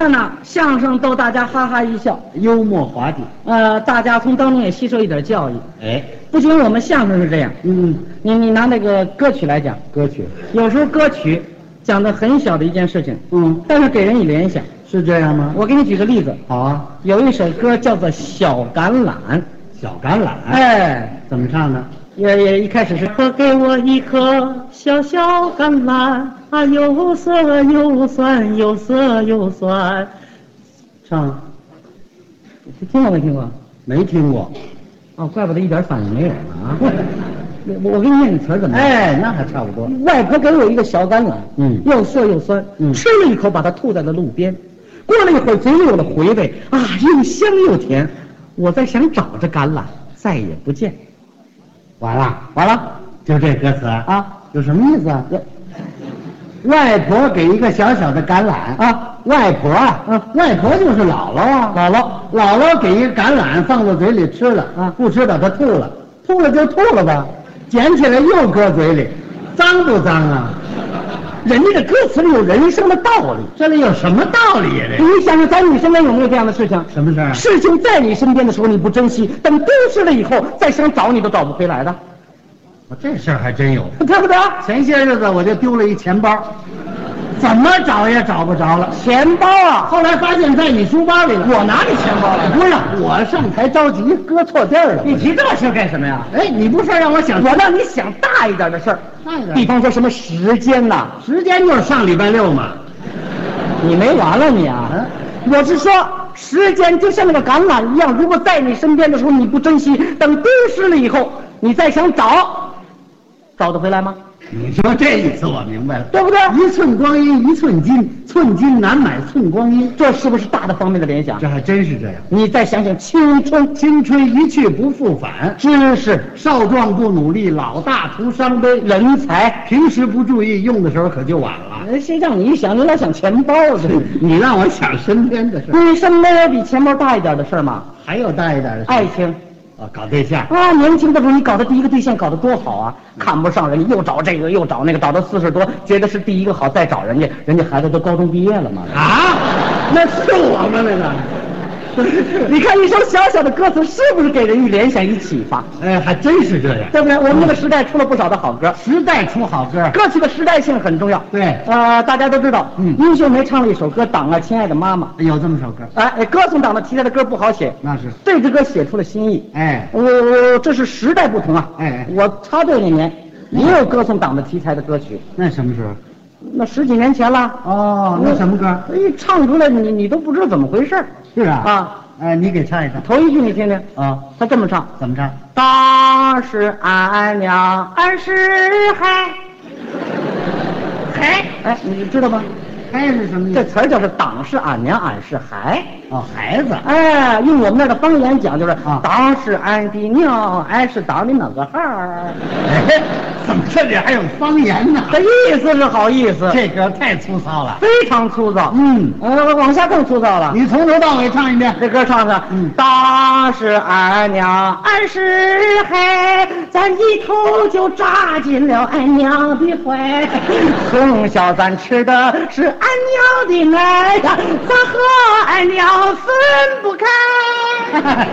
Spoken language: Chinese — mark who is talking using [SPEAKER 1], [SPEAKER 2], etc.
[SPEAKER 1] 看呢，相声逗大家哈哈一笑，
[SPEAKER 2] 幽默滑稽，
[SPEAKER 1] 呃，大家从当中也吸收一点教育。
[SPEAKER 2] 哎，
[SPEAKER 1] 不仅我们相声是这样，
[SPEAKER 2] 嗯，
[SPEAKER 1] 你你拿那个歌曲来讲，
[SPEAKER 2] 歌曲，
[SPEAKER 1] 有时候歌曲讲的很小的一件事情，
[SPEAKER 2] 嗯，
[SPEAKER 1] 但是给人以联想。
[SPEAKER 2] 是这样吗？
[SPEAKER 1] 我给你举个例子，
[SPEAKER 2] 好啊，
[SPEAKER 1] 有一首歌叫做《小橄榄》，
[SPEAKER 2] 小橄榄，，
[SPEAKER 1] 哎，
[SPEAKER 2] 怎么唱呢？
[SPEAKER 1] 也也一开始是可给我一颗小小橄榄，啊，又涩又酸，又涩又酸。
[SPEAKER 2] 唱，
[SPEAKER 1] 听过没听过？
[SPEAKER 2] 没听过，
[SPEAKER 1] 哦，怪不得一点反应没有呢啊！我我给你念个词儿怎么样？
[SPEAKER 2] 哎，那还差不多，
[SPEAKER 1] 外婆给我一个小橄榄，
[SPEAKER 2] 嗯
[SPEAKER 1] 又涩又酸，
[SPEAKER 2] 嗯
[SPEAKER 1] 吃了一口把它吐在了路边。过了一会儿，总有了回味啊，又香又甜。我在想找这橄榄，再也不见。
[SPEAKER 2] 完了，
[SPEAKER 1] 完了
[SPEAKER 2] 就这歌词啊，
[SPEAKER 1] 啊
[SPEAKER 2] 有什么意思啊？外婆给一个小小的橄榄，
[SPEAKER 1] 啊！
[SPEAKER 2] 外婆啊
[SPEAKER 1] 啊，
[SPEAKER 2] 外婆就是姥姥啊，
[SPEAKER 1] 姥姥
[SPEAKER 2] 姥姥给一个橄榄放到嘴里吃了，
[SPEAKER 1] 啊
[SPEAKER 2] 不吃把它吐了，吐了就吐了吧，捡起来又搁嘴里，脏不脏啊？
[SPEAKER 1] 人家的歌词里有人生的道理。
[SPEAKER 2] 这里有什么道理呀、
[SPEAKER 1] 你想想，在你身边有没有这样的事情？
[SPEAKER 2] 这什么事儿啊？
[SPEAKER 1] 事情在你身边的时候你不珍惜，等丢失了以后再想找你都找不回来的，
[SPEAKER 2] 我这事儿还真有。
[SPEAKER 1] 对不对？
[SPEAKER 2] 前些日子我就丢了一钱包，怎么找也找不着了。
[SPEAKER 1] 钱包啊，
[SPEAKER 2] 后来发现在你书包里了。
[SPEAKER 1] 我哪里钱包了？
[SPEAKER 2] 不是，啊我上台着急，搁错地儿了。
[SPEAKER 1] 你提这事干什么呀？
[SPEAKER 2] 哎，你不是让我想
[SPEAKER 1] 我让你想大一点的事儿，
[SPEAKER 2] 大一点
[SPEAKER 1] 比方说什么时间呐、
[SPEAKER 2] 时间就是上礼拜六嘛？
[SPEAKER 1] 你没完了你啊！我是说，时间就像那个橄榄一样，如果在你身边的时候你不珍惜，等丢失了以后，你再想找，找得回来吗？
[SPEAKER 2] 你说这意思我明白了。
[SPEAKER 1] 对不对？
[SPEAKER 2] 一寸光阴一寸金，寸金难买寸光阴。
[SPEAKER 1] 这是不是大的方面的联想？
[SPEAKER 2] 这还真是这样。
[SPEAKER 1] 你再想想青春、
[SPEAKER 2] 青春一去不复返，
[SPEAKER 1] 知识、
[SPEAKER 2] 少壮不努力，老大徒伤悲。
[SPEAKER 1] 人才，
[SPEAKER 2] 平时不注意，用的时候可就晚了。
[SPEAKER 1] 哎谁让你一想，你老想钱包啊？这是
[SPEAKER 2] 你让我想身边的事儿，
[SPEAKER 1] 你身边有比钱包大一点的事儿吗？
[SPEAKER 2] 还有大一点的事儿
[SPEAKER 1] 爱情。
[SPEAKER 2] 啊，搞对象，
[SPEAKER 1] 啊，年轻的时候你搞的第一个对象搞得多好啊，看不上人家，又找这个又找那个，找到四十多，觉得是第一个好，再找人家，人家孩子都高中毕业了嘛。
[SPEAKER 2] 啊，那是我们那个，
[SPEAKER 1] 你看一首小小的歌词，是不是给人以联想、以启发？
[SPEAKER 2] 哎，还真是这样。
[SPEAKER 1] 对不对？我们那个时代出了不少的好歌，
[SPEAKER 2] 时代出好歌，
[SPEAKER 1] 歌曲的时代性很重要。
[SPEAKER 2] 对
[SPEAKER 1] 呃，大家都知道，
[SPEAKER 2] 嗯
[SPEAKER 1] 殷秀梅唱了一首歌《党啊，亲爱的妈妈》，
[SPEAKER 2] 有这么首歌，
[SPEAKER 1] 哎，歌颂党的题材的歌不好写，
[SPEAKER 2] 那是，
[SPEAKER 1] 这支歌写出了新意。
[SPEAKER 2] 哎，
[SPEAKER 1] 我我这是时代不同啊！
[SPEAKER 2] 哎哎
[SPEAKER 1] 我插队那年也有歌颂党的题材的歌曲，
[SPEAKER 2] 那什么时候？
[SPEAKER 1] 那十几年前了。
[SPEAKER 2] 哦，那什么歌？
[SPEAKER 1] 一唱出来你你都不知道怎么回事儿
[SPEAKER 2] 是啊，
[SPEAKER 1] 啊！
[SPEAKER 2] 哎，你给唱一唱
[SPEAKER 1] 头一句你听听，
[SPEAKER 2] 啊？
[SPEAKER 1] 他这么唱：
[SPEAKER 2] 怎么唱？
[SPEAKER 1] 当时俺娘二十嗨，嗨，哎，你知道吗？
[SPEAKER 2] 嗨是什么意
[SPEAKER 1] 这
[SPEAKER 2] 思？
[SPEAKER 1] 词儿叫是“党是俺娘，俺是孩
[SPEAKER 2] 哦，孩子”。。
[SPEAKER 1] 哎，用我们那儿的方言讲就是
[SPEAKER 2] 啊
[SPEAKER 1] “党是俺的娘，俺是党的哪个孩儿啊
[SPEAKER 2] 哎，怎么这里还有方言”。呢？
[SPEAKER 1] 这意思是好意思，
[SPEAKER 2] 这歌太粗糙了。
[SPEAKER 1] 非常粗糙。
[SPEAKER 2] 嗯，
[SPEAKER 1] 呃，往下更粗糙了。
[SPEAKER 2] 你从头到尾唱一遍。
[SPEAKER 1] 这歌唱的，
[SPEAKER 2] 嗯
[SPEAKER 1] 当时俺娘二十嗨，咱一头就扎进了俺娘的怀。从小咱吃的是俺娘的奶呀，咱和俺娘分不开。